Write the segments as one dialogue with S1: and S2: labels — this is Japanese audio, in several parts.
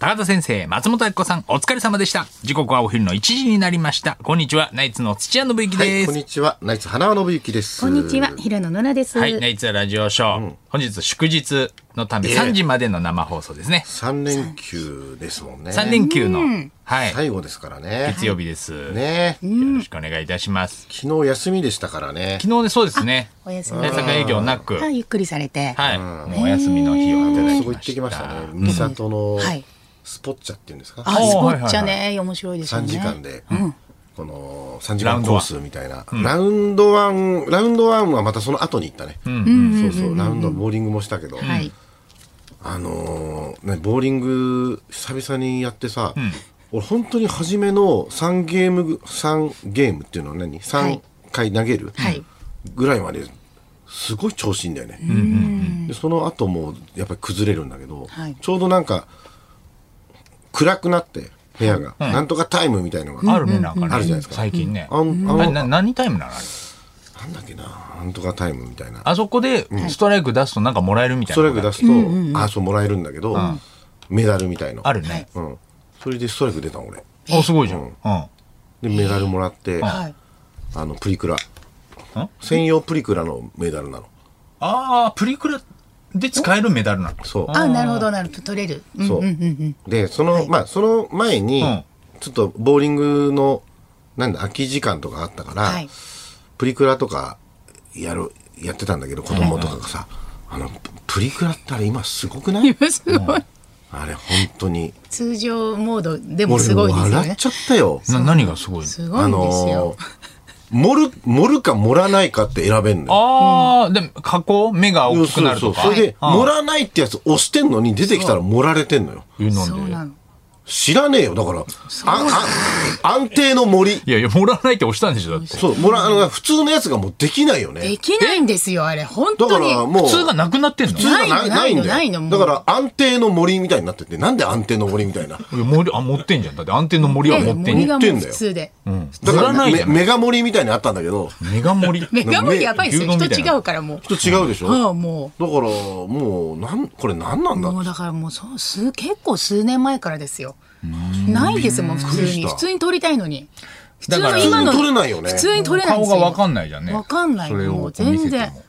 S1: 高田先生、松本明子さん、お疲れ様でした。時刻はお昼の1時になりました。こんにちは、ナイツの土屋信之
S2: は
S1: で
S2: い、
S1: す。
S2: こん
S1: はい、
S2: にちは。ナイツ花輪信之です。
S3: こんにちは、平野ノラです。
S1: ナイツラジオショー。本日祝日のため
S2: ええ
S1: 3時までの生放送ですね。
S2: 三連休ですもんね。
S1: 3連休の、はい、
S2: 最後ですからね。
S1: 月曜日です、
S2: ね、
S1: よろしくお願いいたします。
S2: 昨日休みでしたからね。
S1: 昨日ね、そうですね。
S3: お休み
S1: 大阪営業なく、
S3: は
S1: はい、
S3: い、ゆっくりされて。
S1: もうお休みの日をいただ
S2: そ
S1: き
S2: こ
S1: ま
S2: 行って
S1: し。
S2: きましたたね。三郷の
S3: はい
S2: スポッチャっていうんですか。
S3: あ、
S1: ー
S3: スポッチャね、面白いですよ
S2: 三
S3: ね。
S2: 時間。で。この三時
S1: ラウ
S2: 間
S1: ンド
S2: コ
S1: ワン
S2: ースみたいな。ラウンドワン、ラウンドワンはまたその後に行ったね。そうそう、ラウンドボーリングもしたけど。
S3: はい。
S2: あのーね、ボーリング久々にやってさ、俺本当に初めの3ゲーム、三ゲームっていうのは何 ?3 回投げる
S3: はい
S2: ぐらいまですごい調子いいんだよね。でその後もやっぱり崩れるんだけど、
S3: はい
S2: ちょうどなんか暗くなって部屋が、なんとかタイムみたいのが、
S1: あるね、なんかね。
S2: あるじゃないですか
S1: 最近ね。
S2: あんあの
S1: なな何タイムなのあれ
S2: なんだっけな、なんとかタイムみたいな。
S1: あそこでストライク出すとなんかもらえるみた
S2: ス
S1: いな
S2: トラ
S1: のが。
S2: イク出すと、あ、そうもらえるんだけど、メダルみたいの。
S1: あるね。
S2: うん。それでストライク出たの俺。
S1: あ、すごいじゃん。うん。
S2: で、メダルもらって、
S3: はい。
S2: あのプリクラ専用プリクラのメダルなの
S1: ああ、プリクラで使えるメダルなの。
S2: そう
S3: あ、なるほど、なるほど、取れる。うん
S2: そう,、でその、まあその前に、
S1: うん
S2: ちょっとボーリングのなんだ空き時間とかあったから、
S3: はい。
S2: プリクラとかやるやってたんだけど子供とかがさ、あのププリクラってあれ今すごくない
S3: 今すごい。
S2: あれ本当に
S3: 通常モードでもすごいです
S2: 俺
S3: よ
S2: 笑っ
S3: ね。
S2: ちゃったよ
S1: な何がすごいの
S3: すご
S2: あ
S3: いんですよ
S2: の。盛る盛るか盛らないかって選べんのよ
S1: ああ、でも、加工目が大きくなるとか。
S2: そうそうそうそれで、
S1: あー
S2: 盛らないってやつ押してんのに出てきたら盛られてんのよ
S1: いうの
S3: そう
S1: で
S3: なの。
S2: 知らねえよだからああ安定の森
S1: いやいや、もらわないって押したんでしょ、だって。
S2: そうもらあの普通のやつがもうできないよね
S3: できないんですよ、あれ、本
S2: だ
S3: 当
S2: か
S3: に。
S2: らもう
S1: 普通がなくなってんの
S2: 普通が
S3: ないの
S2: ないんだよ
S3: ないのないのもう
S2: だから安定の森みたいになっててなんで安定の森みたいない
S1: や森あ、持ってんじゃん。だって安定の森は
S3: ね
S1: 持ってんじ
S3: 森
S1: ゃん。
S3: がもう普通で。
S2: だ
S1: 盛
S2: からら
S1: ないじ
S2: メ
S1: ゃん。
S2: メガ森みたいにあったんだけど
S1: メガ 盛
S3: メ
S1: り。
S3: ガ盛りやばいですよ、
S1: 牛丼
S3: 人
S1: みたいな
S3: 違うからもう。
S2: 人違うでしょ、
S3: あ
S2: だ
S3: あ、もう。
S2: からもうなんこれ何なんだ
S3: もうだからもうそう数結構数年前からですよ。ないですもん普
S2: びっくり
S3: 通
S2: し
S3: に
S2: た
S3: 普通に取りたいのに。普
S1: だ
S3: 通
S1: から
S3: の今の
S2: 普通に取れないよね
S3: 普通に取れない
S1: 顔
S3: んです
S1: が
S3: よ。
S1: わかんないじゃんね。
S3: わかんない
S1: それを
S3: も
S1: こ
S3: う
S1: う見せて
S3: 全然
S1: も。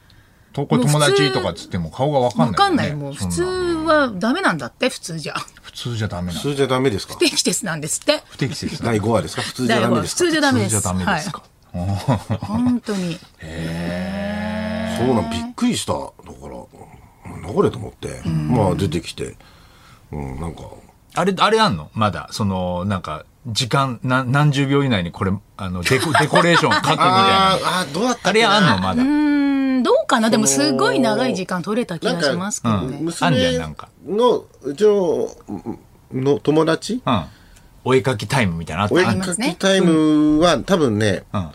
S1: とこれ友達とかっつっても顔がわかんない、
S3: わかんない
S1: ね
S3: もう
S1: そ
S3: 普
S1: んな
S3: 通はダメなんだって普通じゃ
S1: 普通じゃダメなの。
S2: 普通じゃダメですか
S3: 不適切なんですって。
S1: 不適切だ。
S2: 第5話ですか普通じゃ
S3: だ
S2: ダ
S3: か
S2: メ
S3: ら普
S2: ですか
S3: 通じゃダメです。
S1: 普通じゃダメですか。
S3: はい。本当に
S2: そうなんびっくりしただからなんだこれと思って、まあ出てきてうんなんか
S1: あれ、あれあんのまだ、その、なんか、時間、な何十秒以内にこれ、あの、デコ、 デコレーション書くみたい
S2: あ
S1: な。
S2: ーあーどうだったっけな
S1: あれあんのまだ。
S3: うんどうかなでもすごい長い時間取れた気
S2: なん
S3: が
S2: か
S3: しますけどね。
S1: あんじゃんなんか
S2: のうちのの友達
S1: うん。お絵描きタイムみたいなのあ
S2: お絵
S1: った。
S3: ま
S2: 描
S3: すね
S2: きタイムは、多分ね
S1: うん。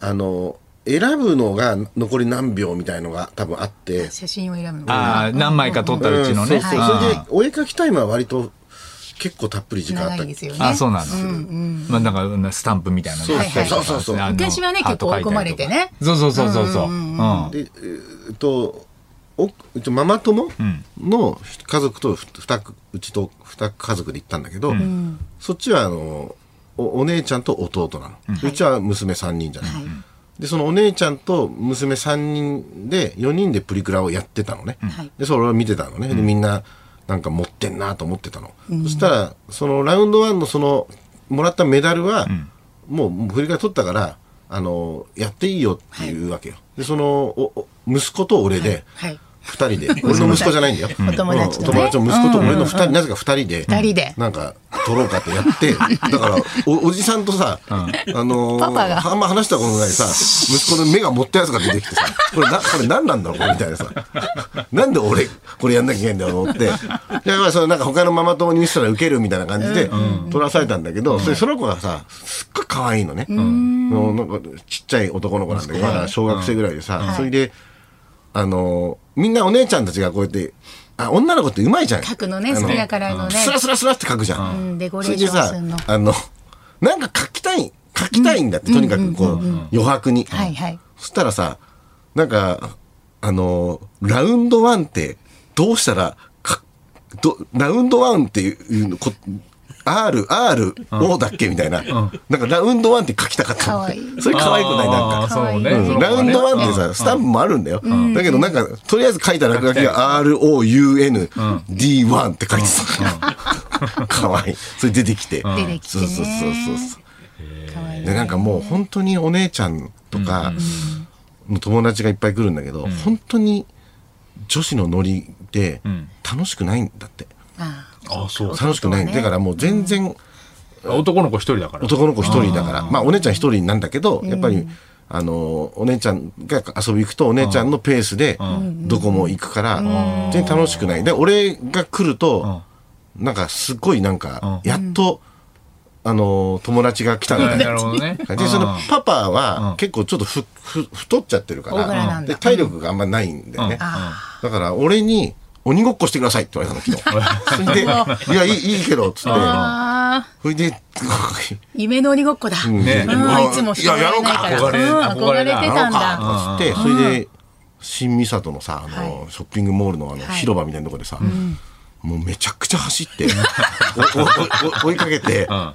S2: あの選ぶのが残り何秒みたいのが多分あって、
S3: 写真を選ぶの
S1: ああ、何枚か撮ったうちの
S2: そ
S1: ね。
S2: うそう
S1: あー
S2: それでお絵描きタイムは割と結構たっぷり時間あっ
S3: 長
S2: た
S3: いですよね。
S1: あ、そうなんだ。まあ、なんか、スタンプみたいなの
S2: そう
S1: 貼ったりとか
S2: そうそうそう
S1: あの
S3: 昔はね結構追い込まれてね
S1: そうそうそうそうそう。うん。
S2: でえっとおうちママ友の家族とふふたくうちと2家族で行ったんだけど、そっちはあのおお姉ちゃんと弟なの、うちは娘3人じゃない、でそのお姉ちゃんと娘3人で4人でプリクラをやってたのね、
S3: はい
S2: でそれを見てたのね、でみんななんか持ってんなと思ってたの、そしたらそのラウンドワンのそのもらったメダルは、もうもう振り返り取ったからあのやっていいよっていうわけよ、でそのおお息子と俺で
S3: はい。
S2: 二人で俺の息子じゃないんだよ、
S3: お友達とね
S2: うんお友達の息子と俺の二人なぜか二人で
S3: 二人で
S2: なんか取ろうかってやって だからおおじさんとさ、あのー
S3: パパが
S2: あんま話したことないさ息子の目が持ったやつが出てきてさこれなこれ何なんだろうこれみたいなさなんで俺これやんなきゃいけないんだろうと思ってでまあそのなんか他のママ友に見せたらウケるみたいな感じで取らされたんだけど、それその子がさすっごい可愛いのね、うんなんかちっちゃい男の子なんだけどまだ小学生ぐらいでさ、それで。あのーみんなお姉ちゃんたちがこうやって、あ、女の子ってうまいじゃん。
S3: 書くのね
S2: あ
S3: 好きだからあのね
S2: スラスラスラって書くじゃん。
S3: うんデコレ
S2: それ
S3: ーシ
S2: で
S3: ョン
S2: さ
S3: するの。、
S2: あの、なんか書きたい、書きたいんだって、とにかくこう、余白に。
S3: はいはい
S2: そしたらさ、なんか、あの、ラウンドワンって、どうしたら、か、ど、ラウンドワンっていうのこ、R、R、O だっけみたいな。なんかラウンドワンって書きたかったの。
S3: かわいい
S2: それ可愛くないなんか。
S1: そうね。
S2: う
S3: 可愛い
S2: ん
S1: その
S2: ラウンドワンって
S1: う
S2: さ、
S1: ん
S2: スタンプもあるんだよ。だけどなんか、とりあえず書いた落書きが ROUND1 って書いてた。かわいい。それ出てきて。
S3: 出てきて
S2: そう
S3: ね
S2: そうそうそう。
S3: かわいい
S2: でなんかもう本当にお姉ちゃんとかの友達がいっぱい来るんだけど、本当に女子のノリで楽しくないんだって、
S3: ああ
S1: あ、そう。
S2: 楽しくない、
S3: そうね
S2: だからもう全然
S1: 男の子一人だから。
S2: 男の子一人だからまあお姉ちゃん一人なんだけど、やっぱりあのお姉ちゃんが遊び行くとお姉ちゃんのペースでどこも行くから、全然楽しくないで俺が来ると、なんかすごいなんか、やっと、あの友達が来たみたいな
S1: なるほどね。
S2: でその
S1: うん
S2: パパは結構ちょっとふふ太っちゃってるか
S3: 大柄な
S2: ら
S3: んだ
S2: で体力があんまないんだよね
S3: あ
S2: だから俺に鬼ごっこしてくださいって言われたの昨日それで「いやいいいいけど」っつって
S3: あ
S2: それで
S3: 夢の鬼ごっこだ、うん、
S1: ね
S3: いつもしてもらえないから
S1: いややろうか
S3: うん、
S1: 憧
S3: 憧
S1: れ
S3: れ
S1: だ
S3: て
S2: やろ
S3: た
S2: うん
S3: だ
S2: かっつってそれで新三郷のさあの、ショッピングモールのあの
S3: い
S2: 広場みたいなとこでさ、もうめちゃくちゃ走 っておおお追いかけて、なんか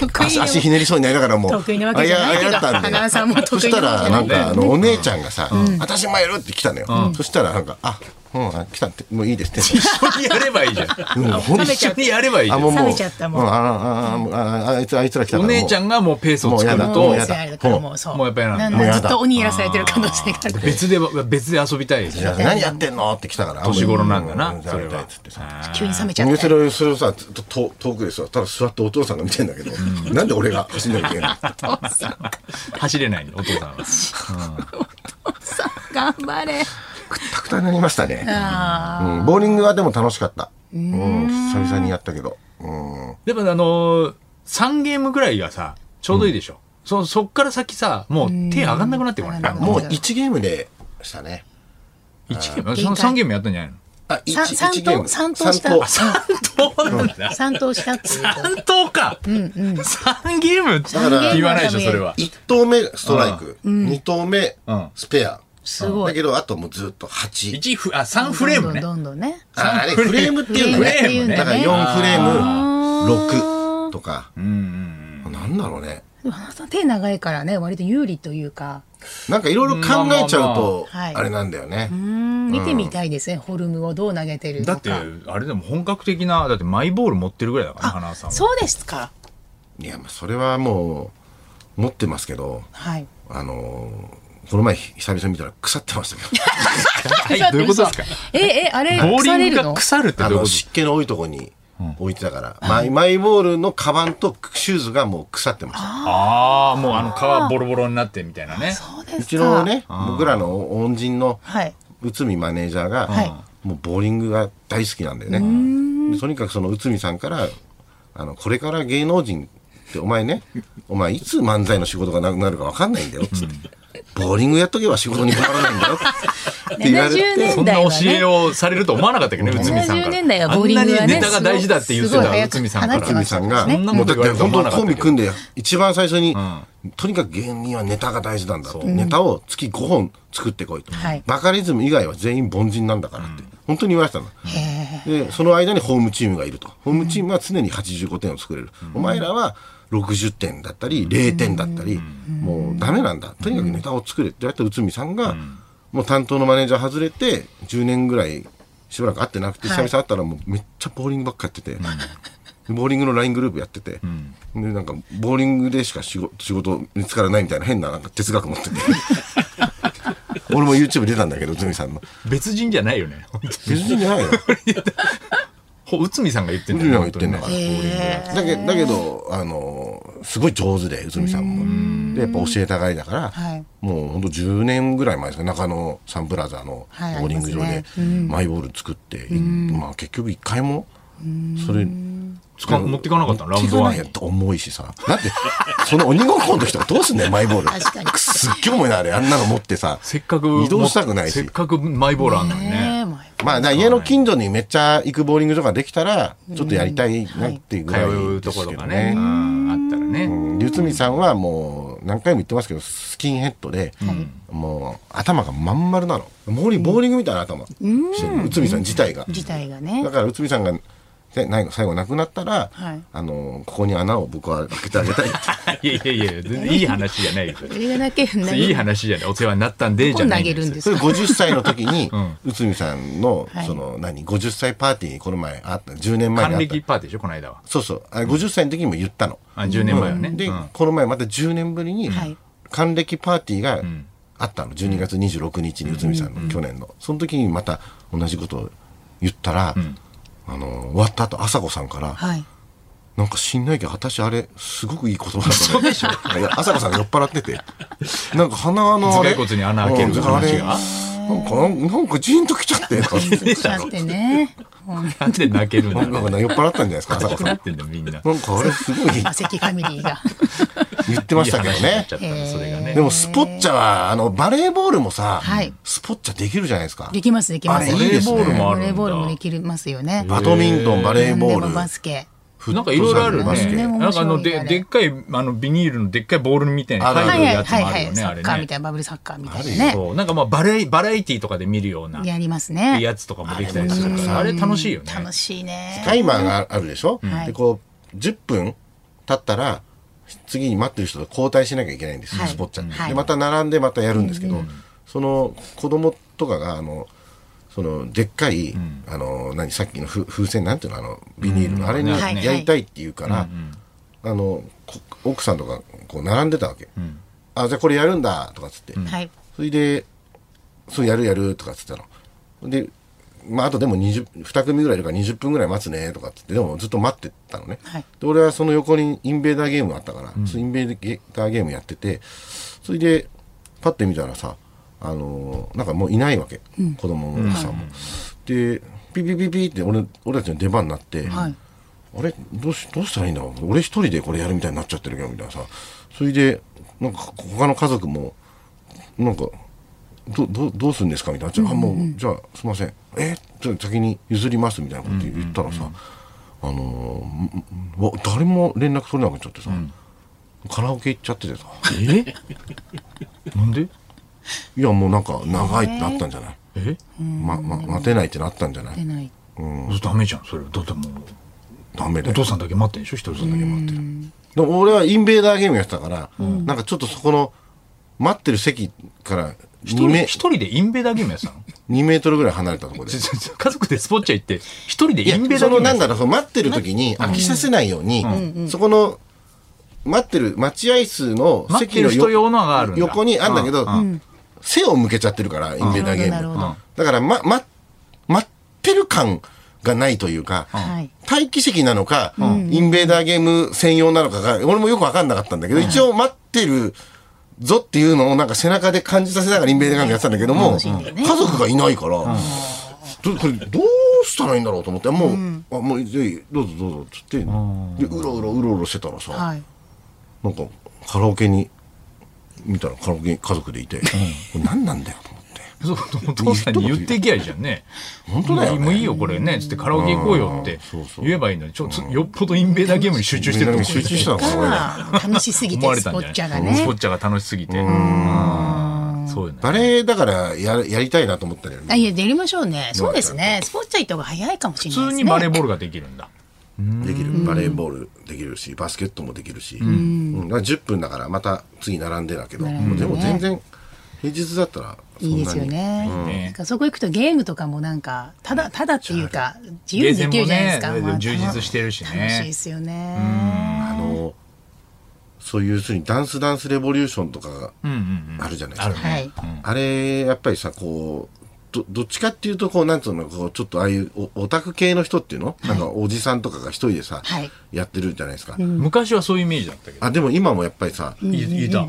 S3: 得意
S2: 足
S3: の
S2: 足ひねりそうになりながらも
S3: 得意なわけじゃない
S2: あ
S3: けど
S2: やあやったんで
S3: 花輪さんも
S2: そ
S3: 得
S2: し
S3: 意
S2: た
S3: なわ
S2: らな
S3: けなんいけど
S2: かあのお姉ちゃんがさ「私もやる!」って来たのよ、そしたらなんか「あうんあ来たってもういいです ね」
S1: 一緒にやればいいじゃん。
S2: うんほんと
S1: 一緒にやればいいじゃん。
S2: う
S3: 冷めちゃったもん
S2: うあああもうああいつあいつら来た
S1: お
S2: からもう
S1: 姉ちゃんがもうペースを
S2: もう
S1: 作
S2: や
S1: る
S2: だ
S1: と
S2: もうやだ
S3: あれだからもうそう
S1: もうやっぱりなんだ
S3: だ
S2: もうやだ
S3: ずっと鬼やらされてる可能性がある
S1: 別で別で遊びたいです
S2: いや何やってんのって来たから
S1: 年頃なんだ
S2: う
S1: な
S2: う
S1: それ
S2: やりたい
S1: は
S2: っつってさ
S3: 急に冷めちゃっ
S2: でそ
S3: て
S2: れをそれをさとと遠くでさただ座ってお父さんが見てんだけど、なんで俺が走んなきゃいけないの
S1: 走れないのお父さんは
S3: さあ頑張れ
S2: たくさんなりましたね、うん、ボーリングはでも楽しかったうん久々にやったけどうん
S1: でもあのー、3ゲームぐらいはさちょうどいいでしょ、そそっから先さもう手上がんなくなってこない
S3: 上がんな
S2: もう1ゲームでしたね
S1: 1ゲームその3ゲームやったんじゃないの
S2: あ一
S3: さ三
S2: 一ゲーム
S3: 三投した
S2: 三投
S1: 3等なんだ
S3: 三投したっていう こと
S1: 3等か、う3ゲームって言わないでしょそれは
S2: 一投目ストライク、二投目
S1: うん
S2: スペア、
S3: すご
S2: だ
S3: い
S2: けどあともうずっと8
S1: 1フあ3フレームね
S3: どんどんどんどんね
S2: ああれフレームっていうん
S1: フ
S2: だ
S1: レ
S2: ね
S1: ームね
S2: だから4フレーム6とか
S1: うんうん
S2: なんだろうね
S3: でもあなた手長いからね割と有利というか
S2: なんかいろいろ考えちゃうと
S3: まあまあまあ
S2: あれなんだよね、
S3: うん見てみたいですね、フォルムをどう投げてる
S1: だ
S3: の
S1: って
S3: か
S1: あれでも本格的なだってマイボール持ってるぐらいだから花輪さんは
S3: そうですか
S2: いやまあそれはもう持ってますけど
S3: はい
S2: あのーこの前久々に見たら腐ってましたけど
S1: はいどういうことですか
S3: ええあれ
S1: ボー
S3: 腐
S1: リ
S3: れ
S1: ング
S3: る
S1: が
S3: の
S1: 腐るってど
S2: あ
S1: ういうこと
S2: の湿気の多いとこに置いてたから、マイマイボールのカバンとシューズがもう腐ってました
S1: ああもうあの皮ボロボロになってみたいなね
S3: そうですか
S2: うちのね僕らの恩人の
S3: はい
S2: 内海マネージャーが、
S3: はい
S2: もうボーリングが大好きなんだよねでとにかくその内海さんからあの「これから芸能人ってお前ねお前いつ漫才の仕事がなくなるか分かんないんだよ」つって。ボーリングやっとけば仕事に困らないんだよって言われ
S3: 70年
S2: て
S1: そんな教えをされると思わなかったけどね内海さんか
S3: 70
S1: ら
S3: 年代はボーリング
S1: あ
S3: は
S1: んな
S3: ね
S1: にネタが大事だって言って
S3: すごい
S1: た
S3: 早く
S1: 内海さんか
S3: 離れて
S1: ら
S3: ま
S2: 内海
S3: し
S2: さんが、
S1: そんなこ
S2: もうだ
S1: と
S2: っ
S1: 言わ
S2: て
S1: れても
S2: 本
S1: 思わなか
S2: 当
S1: っ
S2: コン
S1: た
S2: ビ
S1: けど
S2: 組んで一番最初に、
S1: ん
S2: とにかく芸人はネタが大事なんだとネタを月5本作ってこいと、
S3: はい
S2: バカリズム以外は全員凡人なんだからって、本当に言われてたのでその間にホームチームがいるとホームチームは常に85点を作れる、お前らは60点だったり0点だったり、もうダメなんだとにかくネタを作れってやった内海さんが、もう担当のマネージャー外れて10年ぐらいしばらく会ってなくて
S3: は
S2: 久
S3: い
S2: 々会ったらもうめっちゃボーリングばっかやってて、でボーリングの LINE グループやってて、でなんかボーリングでしか仕事仕事見つからないみたいな変ななんか哲学持 ってて俺も YouTube 出たんだけど内海さんの
S1: 別人じゃないよね本当に
S2: 別人じゃないよ
S1: ほ内海さんが言ってん
S2: 内
S1: だよ
S2: 海
S1: ね
S2: さんが言ってんだから、
S1: 本
S2: だけだけどあのすごい上手で内海さんもでやっぱ教えたがりだから、
S3: はい
S2: もうほんと10年ぐらい前ですか中野サンプラザの
S3: はい
S2: ボーリング場
S3: あり
S2: で
S3: ます
S2: マイボール作って、まあ、結局1回もそれ
S1: 当にか持っていかなかったのラウンドワン
S2: 手がないと重いしさ。だって、その鬼ごっこの時とかどうすんねん、マイボール。
S3: 確かに
S2: すっげえ重いな、あれ。あんなの持ってさ。
S1: せっかく
S2: 移動したくない
S1: せっ
S2: し。
S1: かくマイボールあんのにね
S3: えまあ
S2: まあ、だから家の近所にめっちゃ行くボーリング場ができたら、ちょっとやりたいなっていうぐ
S1: 通
S2: らいですけど、ね。
S1: うところがねうんあったらね
S2: うん。で内海さんはももう何回も言ってますけどスキンヘッドで、もう頭がまん丸なのボーリンボーリングみたいな頭してる内海さん自体が
S3: 自体がね
S2: だから内海さんがでないの最後亡くなったら、
S3: はい
S2: あのここに穴を僕は開けてあげたいって
S1: いやいやいや、全然いい話じゃないよ。
S3: それがだけ
S1: それいい話じゃない。お世話になったんで、じゃ
S3: 投
S1: ない
S3: げるんで
S2: そ
S3: す
S2: れ
S3: か
S2: 50歳の時に、内海さんの
S3: はい
S2: その何50歳パーティーにこの前あった10年
S1: 還
S2: 前にあった
S1: 暦パーティーでしょ、この間は。
S2: そうそうあ50歳の時にも言ったの、
S1: あ10年前はね。
S2: で、
S1: うん
S2: この前また10年ぶりに
S3: はい
S2: 還暦パーティーがあったの12月26日に内海さんの、去年のその時にまた同じことを言ったら、あの終わった後朝子さんから、
S3: はい
S2: なんか知んないけど私あれすごくいい言葉だと思うでしょ朝子さんが酔っ払っててなんか鼻のあ
S1: 頭蓋
S2: れ
S1: 骨に穴開ける
S2: う
S1: 話
S2: ん
S1: が
S2: あれなんかなんかジーンときちゃって
S3: ちゃってね
S1: なんで泣けるんだ
S2: なん
S1: ろう。
S2: か酔っ払ったんじゃないですか朝
S1: な
S2: 子さん
S1: ってん だよみんな。
S2: なんかあれすごい
S3: 汗きファミリーが
S2: 言ってましたけど
S1: いい話になっ
S2: ね
S1: ちゃったね、それがね。
S2: でもスポッチャはあのバレーボールもさ、
S3: はい
S2: スポッチャできるじゃないですか
S3: できますできま
S2: あ
S3: す
S2: れいいですね
S1: バレーボールもある
S3: バ
S1: んだ
S3: レーボールもできますよね
S2: バドミントンバレー
S3: 何で
S2: ボー
S3: も
S2: ル
S3: バスケ
S2: フッ
S1: なん
S2: ト
S1: か
S2: サ
S1: い
S2: ル
S1: ろいろある
S2: バスケ
S1: ね。
S3: ね
S1: なんかあの、
S3: 面白い
S1: で、
S3: あれ
S1: でっかい、あの、ビニールのでっかいボールみたいな
S2: ある
S1: 入
S3: は
S1: る
S3: い
S1: や
S3: は
S1: つも
S3: い
S1: あ
S3: は
S1: る
S3: い
S1: よ
S3: はい
S1: ね、
S3: サ
S1: あ
S3: ッ
S1: れ
S3: カーみた
S1: ね。
S3: いなバブルサッカーみたいなね
S1: そう。なんかまあ、バレ、バラエティとかで見るような、
S3: やりますね
S1: やつとかもできたりするから、あれ楽しいよね。
S3: 楽しいね
S2: タイマーがあるでしょ、
S3: ん
S2: でこう10分経ったら次に待ってる人と交代しなきゃいけないんですよ、
S3: はい
S2: スポッチャって、
S3: はい
S2: でまた並んでまたやるんですけど、その子供とかがあのそのでっかい、あの何さっきのふ風船なんていうのあのビニールの、あれに
S3: はいはい
S2: やりたいっていうから、あのこ奥さんとかこう並んでたわけ、あじゃあこれやるんだとかっつって、
S3: はい
S2: それで、そうやるやるとかっつってたの。で、まあ、あとでも20、2組ぐらいいるから20分ぐらい待つねとかっつって、でもずっと待ってたのね。
S3: はい
S2: で、俺はその横にインベーダーゲームがあったから、そのインベーダーゲームやってて、それで、パッて見たらさ、あのーなんかもういないわけ。子供も奥さんも。で、ピピピピって俺俺たちの出番になって、
S3: はい
S2: あれどうしどうしたらいいんだろう俺一人でこれやるみたいになっちゃってるけどみたいなさそれでなんか他の家族もなんかどどどうするんですかみたいなじゃあ,、もうじゃあすいませんえじゃあ先に譲りますみたいなこと言ったらさ、あのーんわ誰も連絡取れなくなっちゃってさ、カラオケ行っちゃっててさ
S1: え なんで
S2: いやもうなんか長いってなったんじゃない、
S1: え
S2: まま、待てないってなったんじゃない
S3: 出ない
S1: ダメじゃん、それ。だってもう、
S2: ダメだ
S1: お
S2: よ
S1: 父さんだけ待ってんでしょ一人さんだけ待ってる。
S2: でも俺はインベーダーゲームやってたから、なんかちょっとそこの待ってる席から
S1: 一
S2: 2,
S1: 人
S2: メ
S1: 一人でインベーダーゲームやってたの
S2: 2メートルぐらい離れたところで
S1: ちょ。ちょちょ家族でスポッチャ行って、一人で
S2: い
S1: イ
S2: や
S1: ンベーダ
S2: そ
S1: ーゲー
S2: の
S1: ムや
S2: な
S1: っ
S2: ん
S1: てた
S2: だろうその待ってる時に飽きさせないように、そこの待ってる待合室の
S1: 待って
S2: 席
S1: る
S2: の
S1: 人用のがあるんだ
S2: 横にあんだけど、背を向けちゃってるからインベーダーゲーム
S3: なるほどなるほ
S2: だから、まま、待ってる感がないというか、
S3: はい
S2: 待機席なのか、インベーダーゲーム専用なのかが、俺もよく分かんなかったんだけど、一応待ってるぞっていうのをなんか背中で感じさせながらインベーダーゲームやってたんだけども、
S3: 楽しんでね
S2: 家族がいないから、どこれどうしたらいいんだろうと思って、もう、あもうぜひどうぞどうぞっつって、でうろうろうろうろしてたらさ、
S3: はい
S2: なんかカラオケに、見たらカラオケに家族でいて、これ何なんだよと思って。
S1: そうお父さんに言ってきゃいいじゃんね。
S2: 本当だよね
S1: もういいよ、これね。つってカラオケ行こうよって
S2: そうそう
S1: 言えばいいのに、ちょっとよっぽどインベーダーゲームに集中してると思う
S2: 集中したのかな俺
S3: が楽しすぎ
S1: 思わ
S3: て
S1: れ
S3: ス
S1: た
S3: ポ
S1: んじゃ
S3: ッチャ
S1: な
S3: が
S1: い
S3: ね
S1: スポッチャが楽しすぎて。うんそうよね。
S2: バレエだからややりたいなと思ったけど
S3: あ
S2: ね
S3: いや出りましょうねそうですねスポッチャ行った方が早いかもしれな
S1: 普
S3: い
S1: 通
S3: です
S1: に
S3: ね
S1: バレーボールができるんだ。
S2: できるバレーボールできるしバスケットもできるし、うんだから10分だからまた次並んでだけど、
S3: 並んで
S2: で
S3: ね
S2: も全然平日だったらそんなに
S3: いいですよね。
S1: ね
S3: なんかそこ行くとゲームとかもなんかただただっていうか自由にできるじゃないですか。
S1: ゲーセンもね
S3: まあ
S1: 充実してるしね
S3: 楽しいですよね。
S2: あのそういうふうにダンスダンスレボリューションとかが
S1: うんうん
S2: あるじゃないですか、
S1: あるね
S3: はい。
S2: あれやっぱりさこうどどっちかっていうとこうなんつうのこうちょっとああいうおオタク系の人っていうの、なんかおじさんとかが一人でさ、
S3: はい
S2: やってるじゃないですか、
S1: うん。昔はそういうイメージだったけど。
S2: あでも今もやっぱりさ、
S1: いいた。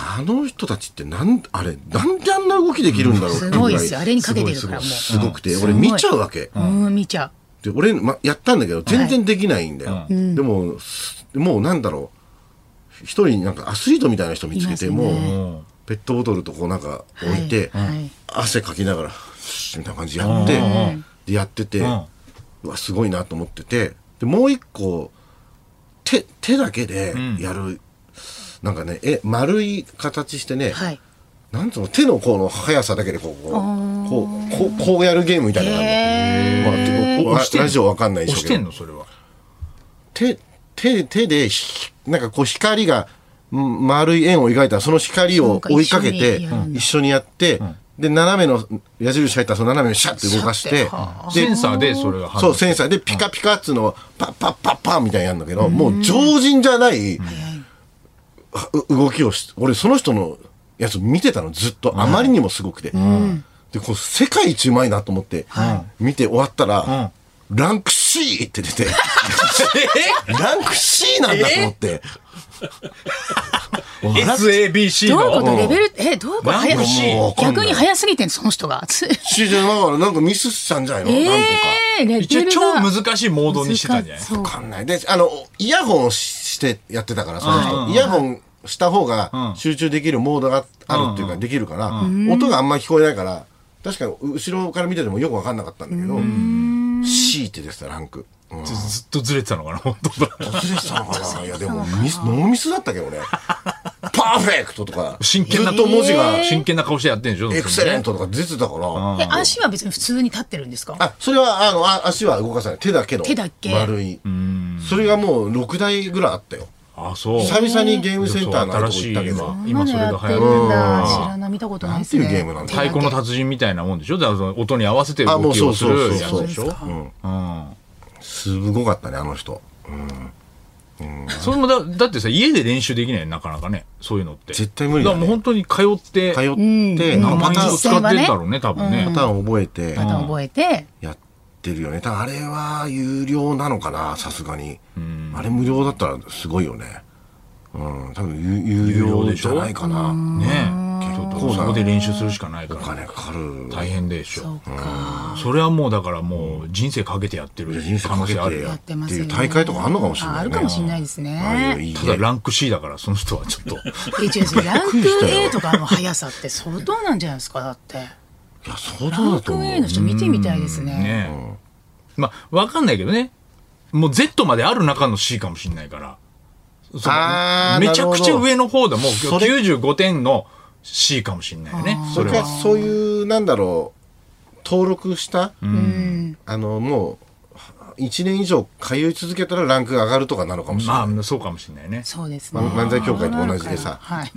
S2: あの人たちってなんあれなんであんな動きできるんだろうってい
S3: す
S2: うぐら
S3: ごいですよ。あれに
S1: す
S3: か
S1: ごい
S3: けてるからも
S2: すごくて、
S3: うん
S2: 俺見ちゃうわけ。
S3: う。うん見ちゃ
S2: で俺、ま、やったんだけど全然できないんだよ、でもすもうなんだろう一人なんかアスリートみたいな人見つけて、
S3: いま
S2: も
S3: すね
S2: う
S1: うん
S2: ペットボトルとこうなんか置いて、
S3: はいはい
S2: 汗かきながらシュッみたいな感じでやって、でやってて、う
S1: うん
S2: わすごいなと思っててでもう一個手手だけでやる、なんかねえ丸い形してね、
S3: はい。
S2: なんつうの手のこの速さだけでこうこうこうこうこうやるゲームみたいなのがあるのまあこうこう
S1: 押してんの
S2: ラジオわかんないで
S1: 押
S2: し
S1: し
S2: ょう
S1: て
S2: け
S1: ん
S2: ど
S1: のそれは。
S2: 手手手でひなんかこう光がん丸い円を描いたらその光
S3: そう
S2: を
S3: か
S2: 追いかけて
S3: 一緒にやるんだ
S2: 一緒にやって、で斜めの矢印入ったらその斜めをシャッて動かし
S3: シャ
S2: て
S3: ッては
S2: で
S1: センサーでそれが判断
S2: そう、センサーでピカピカっつうのをパッパッパッパーみたいにやるんだけど、もう常人じゃないは動きをし、俺その人のやつ見てたのずっと、あまりにもすごくて。で、こう世界一うまいなと思って、見て終わったら、ランク C って出て、ランク C なんだと思って。
S1: SABC
S3: どういうこ
S1: の
S3: とレベル、え、どういうこと
S1: なんか
S3: 早
S2: もうわかんない
S3: 逆に早すぎてんのその人が。つ
S2: C じゃながらなんかミスしたんじゃないの、何
S3: え
S2: 個か。
S3: えレベ
S1: 一応
S3: ルが。
S1: 超難しいモードにしてたんじゃない
S3: そう
S2: わかんない。で、あの、イヤホンをしてやってたから、その人。イヤホンした方が集中できるモードがあるっていうか、できるから、音があんま聞こえないから、確かに後ろから見ててもよくわかんなかったんだけど、C ってですた、ランク。うん
S1: ずずっとずれてたのかな本当だ。
S2: 忘れてたのかないや、でも、ミス、ノーミスだったけど ね。パーフェクトとか、
S1: 真剣な
S2: ずっと文字が、
S1: 真剣な顔してやってんでしょ
S2: エクセレン
S1: ト。
S2: トとか出てたから、
S3: え、足は別に普通に立ってるんですか
S2: あ、それは、あの、あ足は動かさない。手だけの。
S3: 手だけ
S2: 丸い。それがもう6台ぐらいあったよ。
S1: あ、そう。
S2: 久々にゲームセンターのあるとこ行ったけ
S1: 新しい
S2: ど
S1: わ。
S3: 今
S1: 今
S3: の
S1: それ
S3: やっ
S1: が
S3: て
S1: 流
S3: る
S1: 行
S3: んだ。
S1: っ
S3: 知
S1: てる。
S3: らない、見たことない
S2: なん
S3: で
S2: て
S3: す
S2: いう
S3: ね。
S2: ゲームなんだ
S1: 太鼓の達人みたいなもんでしょだからその音に合わせて
S2: あも
S1: 動
S2: う
S1: き
S2: そ
S1: を
S2: う
S1: す
S2: そうそう
S1: るや
S2: そ
S1: つ
S2: う
S1: でしょうん
S2: すごかったねあの人
S1: それもだ、だってさ、家で練習できないなかなかね。そういうのって。
S2: 絶対無理だ
S1: だ
S2: ね
S1: からもう本当に通って、
S2: 通って
S1: 何
S2: パ
S1: 万
S2: タ
S1: 円
S2: ー
S1: を
S2: ン
S1: 使ってんだろうね、多分ね
S2: パ。ターンを覚えて
S3: また覚えて。
S2: やってるよねただあれは有料なのかなさすがにあれ無料だったらすごいよねうん多分有有料じゃないかな
S1: ね
S2: 結構
S1: そこ
S2: な
S1: で練習するしかないか
S2: お
S1: ら。
S2: 金かかる
S1: 大変でしょ
S3: そ。うか。
S1: それはもうだからもう人生かけてやってる
S2: 人
S1: 可
S2: 生か
S1: 能
S2: け
S1: 性ある
S2: て
S1: よ。
S2: や
S3: や
S2: っ
S3: って
S2: て
S3: ますよ
S2: い
S3: ね
S2: う大会とかあんのかもしれない
S3: あ
S2: ね
S3: あるかもしれないです
S2: ああいう
S3: ね。
S2: いい
S1: ただ
S2: ね
S1: ランク C だからその人はちょっと。
S3: え、違う違う。ランク
S2: びっくりしたよ
S3: A とかの速さって相当なんじゃないですかだって。
S2: いや相
S3: ラ
S2: 当だ
S3: ン
S2: と
S3: ク
S2: 思
S3: A の
S2: う
S3: 人見てみたいですね。
S1: ねまあ、わかんないけどね。もう Z まである中の C かもしれないから。その
S2: あー
S1: めちゃくちゃ
S2: なるほど
S1: 上の方でもう
S2: それ
S1: 95点の C かもしれないよね。
S2: そ
S1: そ
S2: れ
S1: れ
S2: か
S1: は。
S2: そういうなんだろう登録した
S3: うん。
S2: あのもう1年以上通い続けたらランクが上がるとかなのかもしれない、
S1: まあ、そうかもしれないね。
S3: そうですね。
S2: ま漫才協会と同じでさ
S3: はい。
S2: さ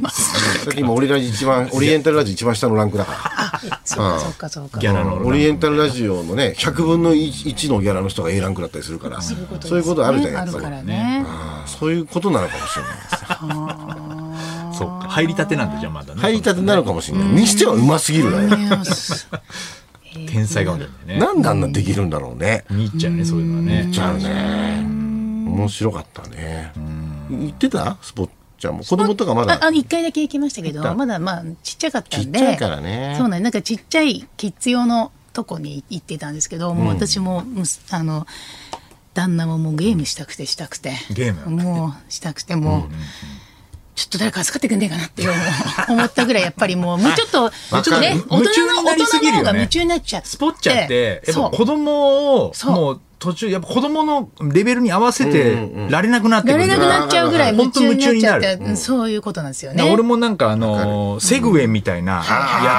S2: っき今オリラジ一番オリエンタルラジオ一番下のランクだか
S3: そうかそうかそうか。
S1: ギャラ
S2: ら
S1: の。
S2: オリエンタルラジオのね100分の 1, のギャラの人が A ランクだったりするからそういうことあるじゃん
S3: ね
S2: や
S3: あ
S2: っ
S3: る
S2: ぱり
S3: からね。
S2: そういうことなのかもしれない
S1: そうか。入りたてなんだ、じゃあまだね。
S2: 入りたてなのかもしれないにしてはうますぎるだよ
S3: いやす
S1: 天才があるんだよね。
S2: なんであんなできるんだろうね
S1: 見入っちゃうね、そういうのはね。
S2: ちゃうね面白かったね行ってたスポッチャも子供とかま
S3: あ
S2: だ
S3: あの一回だけ行きましたけ
S2: 行った
S3: ど、まだまあちっちゃかったんで。
S2: ちっちゃいからね
S3: そうなんですなんかちっちゃいキッズ用のとこに行ってたんですけど、もう私もむすあの旦那ももうゲームしたくてしたくて。
S1: ゲーム
S3: もうしたくてもう。ちょっと誰か預かってくんねえかなっていう 思ったぐらいやっぱりもうもうちょっと
S2: わかる
S3: ね大
S1: 夢中
S3: 人
S1: にな
S3: の大
S1: りす
S3: 人
S1: ぎるよ
S3: の
S1: ね
S3: 方が夢中になっちゃって
S1: スポッチャって、やっ
S3: そ
S1: ぱ
S3: う
S1: 子供を、
S3: そう
S1: もう途中、やっぱ子供のレベルに合わせてられなくなって
S3: や
S1: くる
S3: れ
S1: んだ
S3: な
S1: よ
S3: く
S1: ね
S3: なっちゃうぐらい夢
S1: 本当
S3: 中
S1: 夢
S3: にな
S1: 中
S3: っ
S1: に
S3: ちゃ
S1: な
S3: っ
S1: る
S3: て、そういうことなんですよね。
S1: な俺もなんかあのーセグウェイみたいなや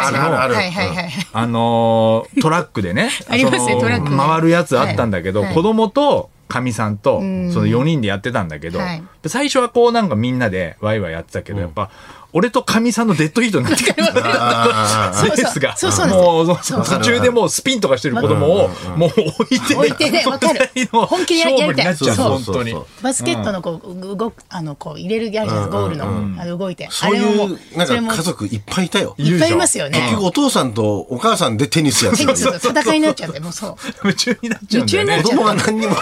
S2: あ
S1: つ
S2: るあるあ
S1: の、
S2: る
S3: はいはいはいはい。
S1: あのートラックでね
S3: ありますね
S1: その
S3: トラックね
S1: 回るやつあったんだけど、
S3: はい
S1: 子供とかみさんとそ
S3: ん
S1: の4人でやってたんだけど、
S3: はい
S1: 最初はこうなんかみんなでワイワイやってたけど、やっぱ俺とかみさんのデッドヒートになってくる
S2: あ
S3: そうそう
S1: レースが
S3: そうそうなんです
S1: もうそうそう途中でもうスピンとかしてる子供をもう置いて
S3: 置いてねわかる
S1: 本
S3: 本気
S1: 気
S3: で
S1: で
S3: や
S1: や
S3: りたい
S1: りたいなっちゃう
S3: そ
S1: 本
S3: う
S1: 当に
S2: そうそう
S3: バスケットのこう動くあのこう入れるやつゴールのあの動いて
S2: そう
S3: あれを
S2: い
S3: もう
S2: う、なん
S3: それも
S2: か家族いっぱいいたよ。
S1: い
S3: い
S1: る
S3: っ
S1: で
S3: ぱ
S1: し
S3: い
S1: ょ
S3: いますよ
S2: 結
S3: ね。
S2: 局お父さんとお母さんでテニスやって
S3: テ
S2: た
S3: ニ
S2: り
S3: スと戦いになっちゃってもうそう。
S1: 夢中になっちゃうんだよね
S3: 夢中になっ
S2: 子
S3: ちゃ
S2: 供は
S3: う
S2: 何 にも、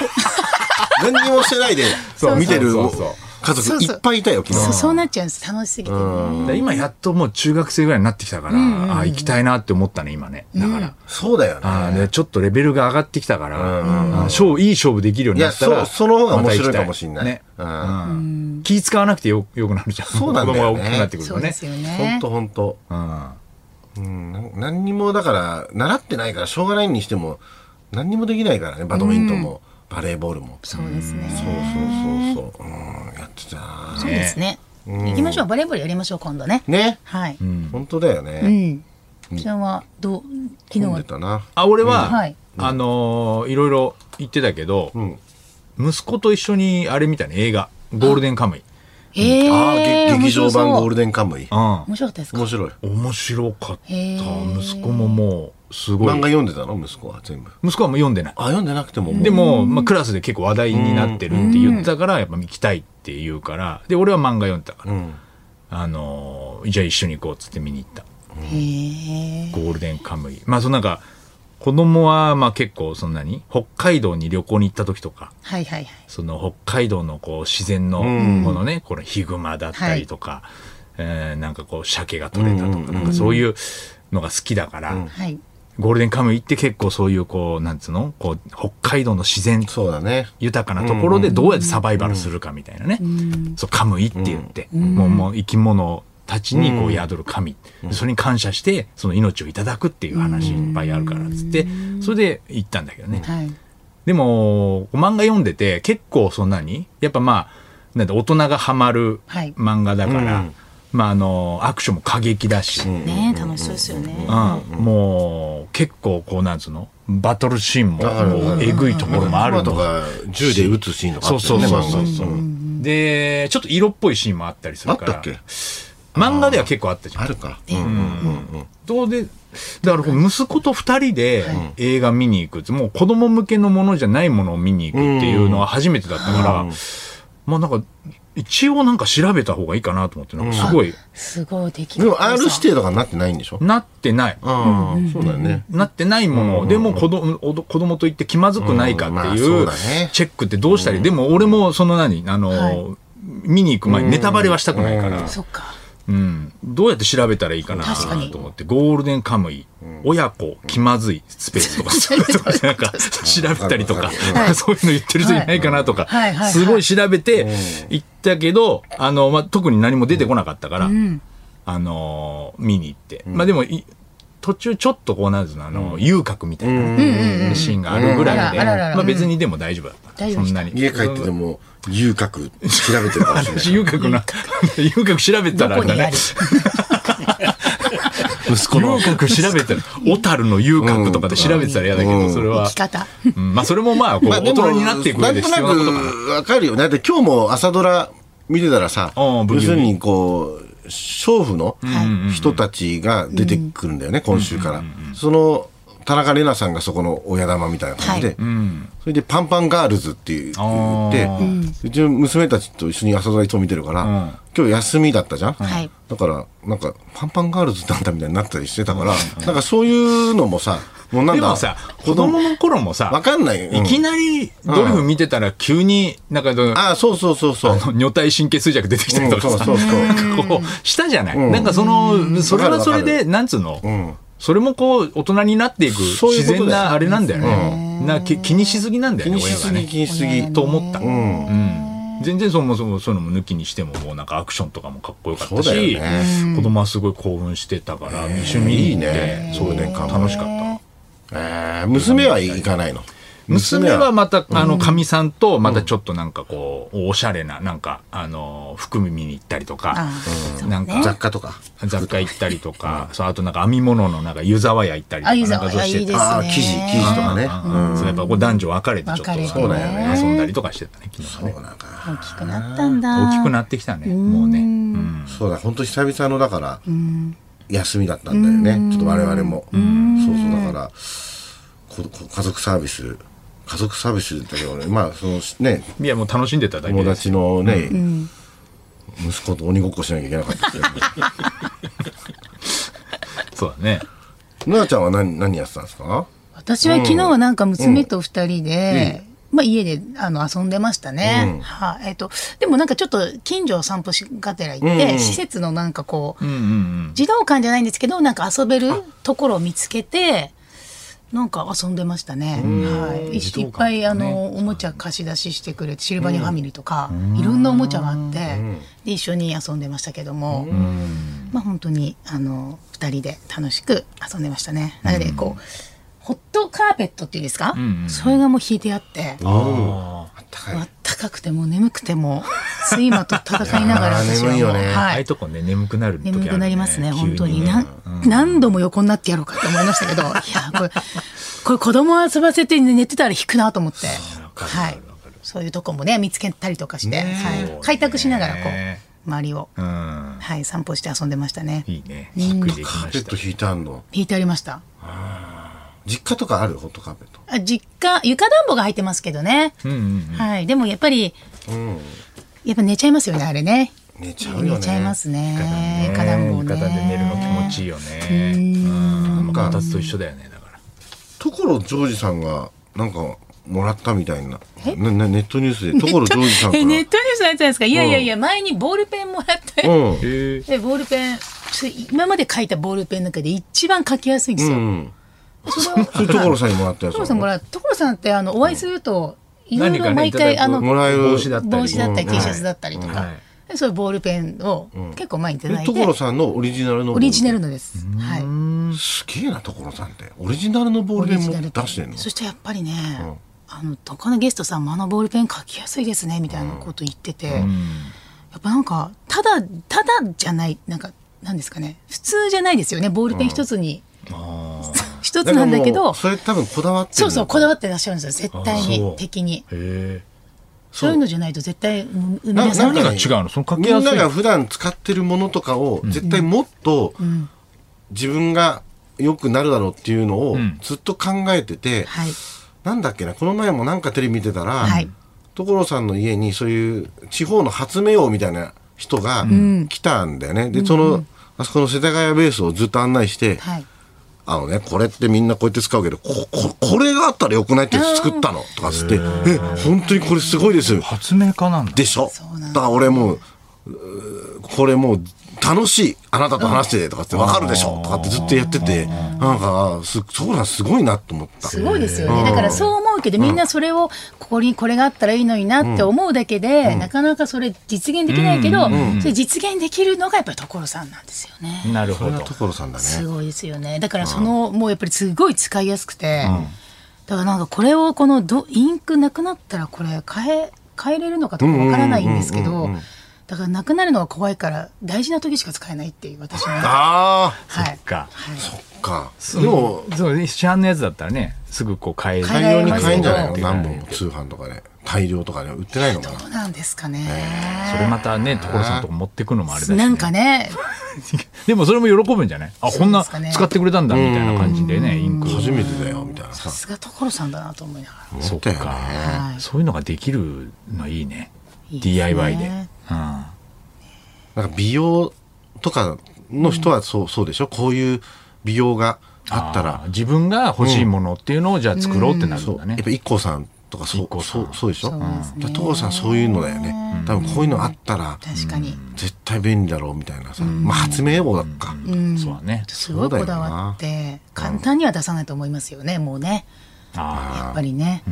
S2: 何にもしてないで
S1: そう
S2: 見てる
S1: そうそうそう
S2: 家族いっぱいいたよ、昨
S3: そ
S2: 日。
S3: うそうなっちゃうんです楽しすぎてね。
S1: だから今やっともう中学生ぐらいになってきたから、ああ行きたいなって思ったね今ねだから、
S2: そうだよ
S1: ああ
S2: ね。
S1: ねちょっとレベルが上がってきたから、ああ勝負いい勝負できるようになった
S2: い
S1: ら
S2: やそうその方が面白い
S1: また行きた
S2: かもしんない
S1: ね
S2: う
S1: うん気使わなくてよよくなるじゃん
S2: そうなんだよ
S1: 子供
S2: ね
S1: が大きくなってくる
S3: そ
S1: と
S3: うで
S1: ね
S3: すよ
S2: ほん
S3: ね。
S2: とほんと。
S1: うん
S2: うんな何にもだから、習ってないからしょうがないにしても、何にもできないからね、バドミントンも、バレーボールも。そう
S3: そうですね。
S2: そうそうそう。うんやってた。
S3: そうですね。行きましょうバレーボールやりましょう今度ね
S2: ね
S3: はい、
S2: 本当だよ
S3: う
S2: ね
S3: ん。ちゃんはどう昨日
S2: 飲ん
S3: は
S2: でたな
S1: あ俺は、
S3: うんはい
S1: あのーいろいろ言ってたけど、息子と一緒にあれみたいな映画「ゴールデンカムイ
S3: ええ
S2: あーげ劇場版ゴール
S3: デ
S2: デンカムイ」
S1: うん
S3: 面白かったですか
S2: 面白い
S1: 面白かった
S3: へー
S1: 息子ももうすごい
S2: 漫画読んでたの息子は全部
S1: 息子はもう読んでない
S2: あ読んでなくてももう
S1: でも、まあ、クラスで結構話題になってるって言ったからやっぱ行きたいって言うからで俺は漫画読んでたから、
S2: うん
S1: あのーじゃあ一緒に行こうっつって見に行った
S3: へえ
S1: ゴールデンカムイまあそのなんか子供はまあ結構そんなに北海道に旅行に行った時とか
S3: はいはいはい
S1: その北海道のこう自然のものね、このヒグマだったりとか、えーなんかこう鮭が取れたとか、なんかそういうのが好きだから、
S3: はい
S1: ゴールデンカムイって結構そういうこうなんつうのこう北海道の自然
S2: そうだね
S1: 豊かなところでどうやってサバイバルするかみたいなね、そうカムイって言って、もうもう生き物たちにこう宿る神、それに感謝してその命をいただくっていう話いっぱいあるからっつって、それで行ったんだけどね、
S3: はい
S1: でも、漫画読んでて、結構そんなに、やっぱまあ、なんだ大人がハマる
S3: はい
S1: 漫画だから、
S2: うん
S1: まああの、アクションも過激だし、うん
S3: ねえ楽しそうですよね
S1: もう結構こうなんつうの、バトルシーンも
S2: だから
S1: もうえぐいところもある
S2: 熊
S1: の
S2: とか銃で撃つシーンとかあ
S1: そう
S2: ったよ
S1: そう
S2: ね
S1: そうそ
S2: 漫画
S1: う
S2: うん
S1: で、ちょっと色っぽいシーンもあったりす
S2: あ
S1: る
S2: っ
S1: か
S2: た
S1: ら。
S2: っけ
S1: 漫画では結構あったじゃん。
S2: あるか
S1: どうで、だからこう息子と二人で映画見に行くって、もう子供向けのものじゃないものを見に行くっていうのは初めてだったから、まあなんか、一応なんか調べた方がいいかなと思って、なんかすごい、
S3: すごいでき
S2: でも R 指定とかになってないんでしょ
S1: なってない。
S2: ああそうだよね
S1: なってないものを、でも子供、おど子供と言って気まずくないかってい
S2: うんま
S1: う
S2: あそうだね
S1: チェックってどうしたり、でも俺もその何、あの、
S3: はい
S1: 見に行く前にネタバレはしたくないから、
S3: そっか
S1: うん、どうやって調べたらいいかな
S3: 確かに
S1: と思って、ゴールデンカムイ、親子気まずいスペースとか、そういうとか、なんか調べたりとか、そういうの言ってる人いないかなとか
S3: はいはいはいは、い
S1: すごい調べて行ったけど、あの、まあ、特に何も出てこなかったから、あのー、見に行って。まあでもい、途中ちょっとこうなんですの、あの、遊郭みたいなシーンがあるぐらいで、
S3: うんあらあらあら
S1: まあ別にでも大丈夫だった。
S3: 大
S1: そ
S3: 丈夫でした
S1: んなに。
S2: 家帰ってでも遊郭調べてるかもしれない
S1: 私遊郭な、遊郭調べた
S3: ど
S1: らあ
S3: こ
S1: れだ
S3: にあ
S1: ね
S3: る。
S2: 息子の
S1: 遊郭調べてる小樽の遊郭とかで調べてたら嫌だけど、それは
S3: 生き方
S1: うんまあそれもまあこう
S2: まあで
S1: 大
S2: も
S1: 人になっていく上で必要なことか
S2: ん
S1: な
S2: となくわかるよね。だって今日も朝ドラ見てたらさ、
S1: ああ
S2: 要
S1: ブギウギ
S2: するにこう、娼婦の人たちが出てくるんだよね、今週から。その、田中玲奈さんがそこの親玉みたいな感じで、それでパンパンガールズっていう言って
S1: あ、
S2: うちの娘たちと一緒に朝ドラいつも見てるから、今日休みだったじゃん、
S3: はい
S2: だから、なんか、パンパンガールズなんだみたいになったりしてたから、なんかそういうのもさ、もうなん
S1: で
S2: だ
S1: もさ子供の頃もさ
S2: わかんないようん
S1: いきなりドリフ見てたら急になんかどう
S2: ああ、そうそうそうそう。
S1: 女体神経衰弱出てきたりとかさ
S2: うんそうそうそう
S1: なんかこうしたじゃないなんかそのそれはそれでなんつうのそれもこう大人になっていく
S2: そういう
S1: 自
S2: ことだよ
S1: 然なあれなんだよねな気気にしすぎなんだ
S2: 気
S1: よね
S2: に
S1: 親
S2: し
S1: が
S2: すぎ
S1: ね
S2: 気にしすぎ
S1: と思った、うん全然そもそもそういうのも抜きにしてももうなんかアクションとかもかっこよかった
S2: そうだ
S1: し、
S2: よね
S1: 子供はすごい興奮してたから一緒に見に行って
S2: いいね
S1: そうね楽しかった
S2: えー娘は行かないの
S1: 娘はまたあのかみさんとまたちょっとなんかこうおしゃれななんかあの服見に行ったりとか
S3: あーそうね
S1: なんか
S2: 雑貨とか
S1: 雑貨行ったりとかそうあとなんか編み物のなんか湯沢屋行ったりと
S3: あ
S1: か
S3: いい
S1: なんかそう
S3: いい
S1: して
S3: です
S1: た
S2: ああ
S3: ね
S2: 生地生地とかね
S1: うんそうやっぱこう男女分かれてちょっと
S3: 分かれて
S1: あの
S2: そうだよね
S1: 遊んだりとかしてたね昨日はね
S3: 大きくなったんだ
S1: 大きくなってきたねもうねうん
S2: そうだ本当久々のだから休みだったんだよねちょっと我々もそうそうだからここ家族サービス家族サービスだけどねまあそのね
S1: いやもう楽しんでただけ
S2: 友
S1: です
S2: 達のね息子と鬼ごっこしなきゃいけなかったけど
S1: そうだね
S2: なあちゃんは何何やってたんですか
S3: 私は昨日はなんか娘と二人で、まあ家であの遊んでましたね。はい、えっ、と、でもなんかちょっと近所を散歩しがてら行って、施設のなんかこう、児童館じゃないんですけど、なんか遊べるところを見つけて、なんか遊んでましたね。はい。い
S1: 児童館とかね
S3: いっぱいあの、おもちゃ貸し出ししてくれて、シルバニアファミリーとか、いろんなおもちゃがあって、で、一緒に遊んでましたけども、まあ本当に、あの、二人で楽しく遊んでましたね。なので、こう、ホットカーペットっていうんですか、それがもう引いてあって、
S2: あ
S3: あったかくても眠くても、睡魔と戦いながら
S2: いやー
S3: 私は
S2: 眠
S3: もう
S2: いよね
S1: ああ
S3: はいいう
S1: とこね、眠くなる時あるね
S3: 眠くなりますね、本当に。
S1: 急
S3: なん何度も横になってやろうかと思いましたけど、いや、これ、これ子供遊ばせて寝てたら引くなと思って、はい。そういうとこもね、見つけたりとかして、はい、開拓しながらこ
S1: ね
S3: う、周りを、
S1: うん。
S3: はい、散歩して遊んでましたね。
S1: いいね。しっくりでき
S2: カ
S1: ま
S2: ー
S1: し
S2: ペット
S1: た。
S2: 引いてあんの
S3: 引いてありました。
S2: 実家とかあるホットカーペット
S3: あ実家、床暖房が入ってますけどね。はい。でもやっぱり、やっぱ寝ちゃいますよね、あれね。
S2: 寝ちゃうよね
S3: 寝ちゃいますね。
S1: ね
S3: 床暖房
S1: 浴
S3: ね。
S1: 衣で寝るの気持ちいいよね。うん。まあこたつと一緒だよね、だから。
S2: 所ジョージさんがなんかもらったみたいなななネットニュース で所ジョージさんか
S3: え、
S2: ら
S3: ネットニュースのやつなんですかいやいやいや、前にボールペンもらったよ。
S2: うん
S1: へえ。
S3: で、ボールペン、それ今まで書いたボールペンの中で一番書きやすいんですよ。
S2: うん
S3: それを、
S2: それ所さんにもらったやつ
S3: 所さんもらう、所さんって、あの、お会いすると、いろいろ毎
S1: い
S3: 回、
S1: た
S3: あ
S1: だ
S3: の
S1: く、
S2: もらえる
S1: 帽子だったり。
S3: 帽子だったり、
S1: うん
S3: T シャツだったりと
S1: は
S3: か、でそういうボールペンを結構前にいただ
S2: え
S3: いて、
S2: 所さんのオリジナルの
S3: オリジナ
S2: ル
S3: ルのです。はい。
S2: すげえな所さんってオリジナルのボー
S3: オ
S2: ルペ
S3: リ
S2: ン
S3: ジ
S2: も
S3: ナル
S2: 出してんの
S3: そしてやっぱりね、あの他のゲストさんもあのボールペン書きやすいですねみたいなこと言ってて、やっぱなんかただただじゃないなんかなんですかね普通じゃないですよねボールペン一つに、 一つなんだけ
S2: も
S3: ど
S2: うそれ多分こだわって
S3: そうそうこ
S2: だ
S3: だわってらっしゃるんですよ絶対
S1: あそ
S3: に
S1: う
S3: 敵に
S1: へえ。
S3: そういうのじゃないと絶対うん生み出さ
S1: 何
S3: ない
S1: が違うのその書
S2: み
S1: きや
S2: ん
S1: す。
S2: ないが普段使ってるものとかを絶対もっと自分が良くなるだろうっていうのを
S1: ん
S2: ずっと考えてて、
S3: はい
S2: なんだっけなこの前もなんかテレビ見てたら、
S3: はい
S2: 所さんの家にそういう地方の発明王みたいな人が来たんだよね、でその、あそこの世田谷ベースをずっと案内して、
S3: はい
S2: あのね、これってみんなこうやって使うけど、こ、ここれがあったらよくないって作ったのとかつって、え、本当にこれすごいです。
S1: 発明家なんだ。
S2: でしょ
S3: そうなん
S2: だ
S3: だ
S2: から俺もう、うーこれもう楽しい。あなたと話しててとかってわかるでしょとかってずっとやってて、なんか、す、そうなんすごいなと思った。
S3: すごいですよね。だからそう思うけど、みんなそれを、ここにこれがあったらいいのになって思うだけで、なかなかそれ実現できないけど、それ実現できるのがやっぱり所さんなんですよね。
S1: なる
S2: こ
S1: ほ
S2: れが
S1: ど。
S2: 所さんだね。
S3: すごいですよね。だからその、もうやっぱりすごい使いやすくて、だからなんかこれをこのど、インクなくなったらこれ変え、変えれるのかとかわからないんですけど、だからなくなるのが怖いから、大事な時しか使えないっていう私の。は
S2: あ
S3: い。
S1: か。
S3: はい
S2: あ、か。でも、
S1: そうね、市販のやつだったらね、すぐこう変え
S2: 大
S3: 変えら
S2: 量
S3: れ
S2: に
S3: ます
S2: 買えんじゃないの
S1: 変えられま
S2: 何
S1: す
S2: 本も通販とかで。大量とかね、売ってないのかな
S3: どうなんですかね。
S1: それまたね、所さんとこ持ってくのもあれだしね。
S3: なんかね、
S1: でもそれも喜ぶんじゃないあ、こんな
S3: そうですかね
S1: 使ってくれたんだ、みたいな感じでね、インクを。
S2: 初めてだよ、みたいなさ
S3: さ。すが所さんだなと思いながら。
S1: そっ
S2: だよね
S1: か。
S3: はい
S1: そういうのができるのいいね。
S3: いいですね
S1: DIY で。うん。
S2: なんか美容とかの人はそう,、そうでしょこういう美容があった
S1: あ
S2: ら
S1: ー、自分が欲しいものっていうのをじゃあ作ろうってなる
S2: そ
S1: ん
S2: う
S1: だ
S2: や
S1: ね
S2: っ。ぱ IKKO さんとかそう
S1: IKKO さ
S2: そ
S1: ん
S2: うそうでしょ
S3: そうですね
S2: だから所さんそういうのだよね、多分こういうのあったら
S3: 確かに。
S2: 絶対便利だろうみたいなさ、まあ発明王だっか、
S1: そうだね。
S3: すごいこだわって、簡単には出さないと思いますよね、もうね。
S1: あ
S3: やっぱりね。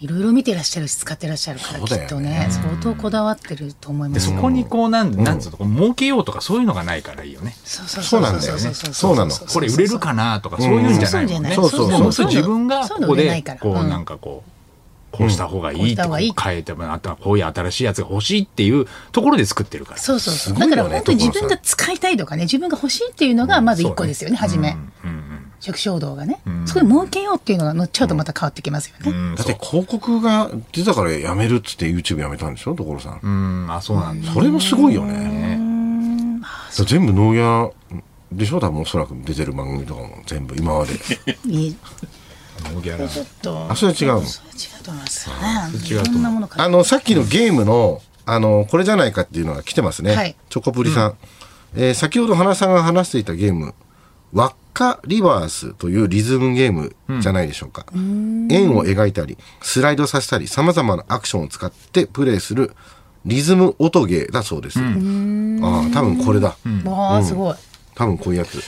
S3: いろいろ見てらっしゃるし、使ってらっしゃるから、
S2: そう
S3: き
S2: だよね
S3: っとね、相当こだわってると思い
S1: あ。
S3: ま
S1: ですそ
S3: よ。
S1: こにこうなん、なんつうのこう儲けようとかそういうのがないからいいよね。
S3: そうそう
S2: そうなんだよねそうなの
S1: これ売れるかなとかそういうんじゃないもんね。
S3: そう
S2: そうそうそう
S1: ももっと自分が
S3: そう
S1: こ
S3: いうの
S1: こ
S3: 売れな
S1: で
S3: いから
S1: こ
S3: う
S1: うんなんかこうこうした方がいいって
S3: こうした方
S1: こ
S3: がいいう
S1: 変えてもあとはこういう新しいやつが欲しいっていうところで作ってるから。
S3: そうそうそう。
S2: すご
S3: だ
S2: いよね
S3: から本当に自分が使いたいとかね、自分が欲しいっていうのがまず一個ですよね、初め。食衝動がね。そこで儲けようっていうのが乗っちゃうとまた変わってきますよね。
S2: だって広告が出たからやめるっつって YouTube やめたんでしょ所さん、
S1: うん、あそうなんだ。
S2: それもすごいよね、だから全部ノーヤーでしょ多分おそらく出てる番組とかも全部今ま で
S3: いい
S1: ノーギャラ
S3: ちょっと。
S2: あそれ違うの
S3: それ違うと思いますよね。
S1: 違うと思う
S3: いろんなもの買
S2: あ
S3: っ
S2: の、さっきのゲームの、あの、これじゃないかっていうのが来てますね。
S3: はい
S2: チョコプリさん。えー先ほど花さんが話していたゲーム、輪っかリバースというリズムゲームじゃないでしょうか。円を描いたり、スライドさせたり、様々なアクションを使ってプレイするリズム音ゲーだそうです。ああ、多分これだ。
S3: て。わあ、すごい。
S2: 多分こういうやつ。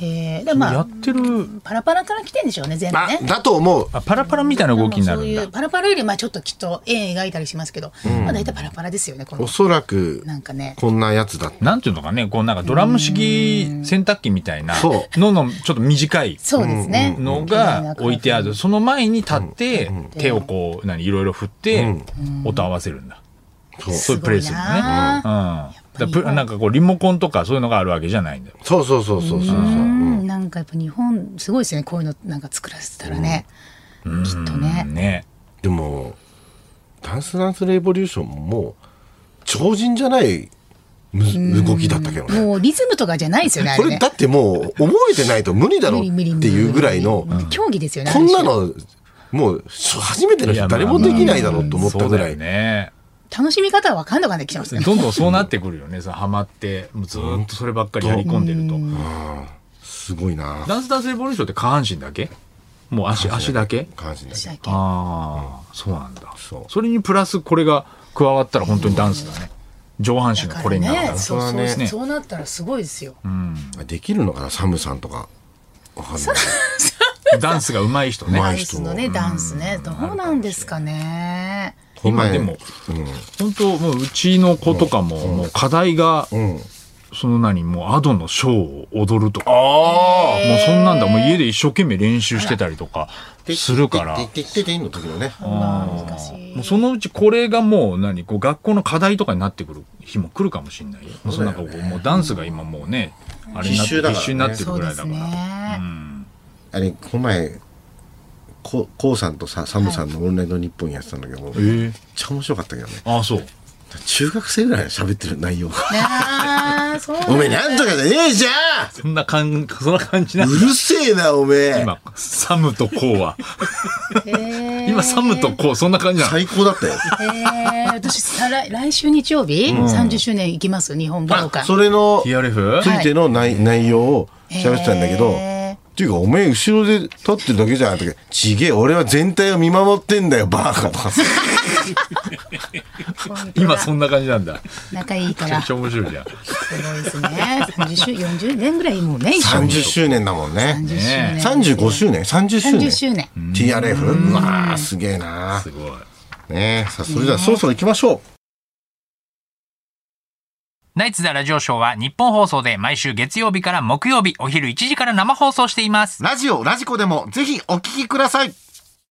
S3: ええ、で
S1: や
S3: まあ
S1: っ、てる
S3: パラパラから来てんでしょうね、全部
S2: あ
S3: ね、。
S2: だと思う。
S1: あパラパラみたいな動きになるん
S3: そうい
S1: だ
S3: う。パラパラよりまあちょっときっと円描いたりしますけど、まあ大体パラパラですよねこ
S2: お
S3: の
S2: そらく
S3: なんかね、
S2: こんなやつだ。
S1: なんていうのかね、こうなんかドラム式洗濯機みたいな
S2: そ
S1: ののちょっと短い
S3: そうですね、
S1: のが置いてある。その前に立って、手をこう、何、いろいろ振って、音合わせるんだ。そうそういうプレイするのね。
S3: すごいな
S1: うん。だからプなんかこうリモコンとかそういうのがあるわけじゃないんだよ。
S2: そうそうそうそうそうそう
S3: うん、なんかやっぱ日本すごいですねこういうのなんか作らせてたらね、きっとね、
S1: ね。
S2: でもダンスダンスレボリューションも超人じゃないむ動きだったけどね
S3: もうリズムとかじゃないですよねあ
S2: こ
S3: れ
S2: れ
S3: ね
S2: だってもう覚えてないと無理だろうっていうぐらいの
S3: 競技ですよね
S2: こんな
S3: ある
S2: のもう初めての
S1: いや
S2: 人
S1: まあ
S2: 誰もできないだろうと思ったぐら
S1: そうだよ
S2: い
S1: ね。
S3: 種楽しみ方は分かんなくなってきてますね
S1: どんどんそうなってくるよね。さハマってもうずーっとそればっかりやり込んでると。
S2: すごいな
S1: ダンスダンスレボリューションって下半身だけ？もう足足だけ？
S2: 感じだね
S3: 私だけ
S1: ああ、そうなんだ。
S2: そう
S1: それにプラスこれが加わったら本当にダンスだね。上半身
S3: だ
S1: が
S3: か
S1: これ
S3: ら
S1: になるか
S3: ね
S1: ら。
S3: そうそう
S2: これ
S1: ね
S3: そうなったらすごいですよ、
S2: できるのかなサムさんとかわかんない
S1: ダンスが上手い人ね。
S3: ダ
S2: 上
S3: ン
S2: 手い人
S3: スのねダンスねどうなんですかね
S2: この前
S1: 今でも
S2: うん
S1: 本当もううちの子とかも、もう課題が、
S2: うん
S1: その何もうアドのショーを踊るとか、
S2: あ
S1: もうそんなんだもう家で一生懸命練習してたりとか
S2: あ
S1: するから
S2: てってってってんの時のね
S3: 難しい
S1: もうそのうちこれがもう何こう学校の課題とかになってくる日も来るかもしれないよもうそのなんかこうもうダンスが今もうねあれになって
S2: 必修だからね
S1: 必修になってる
S3: そ
S1: ぐ
S3: う
S1: ら
S3: で
S1: いだ
S3: す
S1: から。
S3: ね、
S2: あれこの前ここうさんとさサムさんの「オンラインの日本」やってたんだけど、めっ
S1: ええ
S2: ちゃ面白かったけどね
S1: ああそう
S2: 中学生ぐらいの喋ってる 内容が
S3: ああそうなん
S2: おめえ
S3: だ
S2: なんとかじゃねえじゃ
S1: そんな感じそんな感じなんん
S2: う
S1: だ
S2: るせえなおめえ
S1: 今サムとコウは
S3: へー
S1: 今サムとコウそんな感じなの
S2: 最高だったよ
S3: えー、 私再来来週日曜日、30周年行きます日本武道
S2: あ
S3: 館
S2: それのつ
S1: TRF?
S2: いての内,、内容を喋ってたんだけど、っ
S3: へー
S2: ていうかおめえ後ろで立ってるだけじゃんとかちげえ俺は全体を見守ってんだよバーカ とか
S1: 今そんな感じなんだ
S3: 仲いいか
S1: めちゃ
S3: ら
S1: くち
S3: す
S1: ゃ面白いじゃん
S3: ごいですね30周40年ぐらいもうね一緒
S2: 30
S3: に
S2: 周年だもんね
S3: 30周年
S2: 35周年30周年
S3: 30周年
S2: TRF うわーすげえな
S1: すごい
S2: ねえさあそれではそろそろ行きましょう
S4: ナイツザラジオショーは日本放送で毎週月曜日から木曜日お昼1時から生放送しています。
S2: ラジオラジコでもぜひお聞きください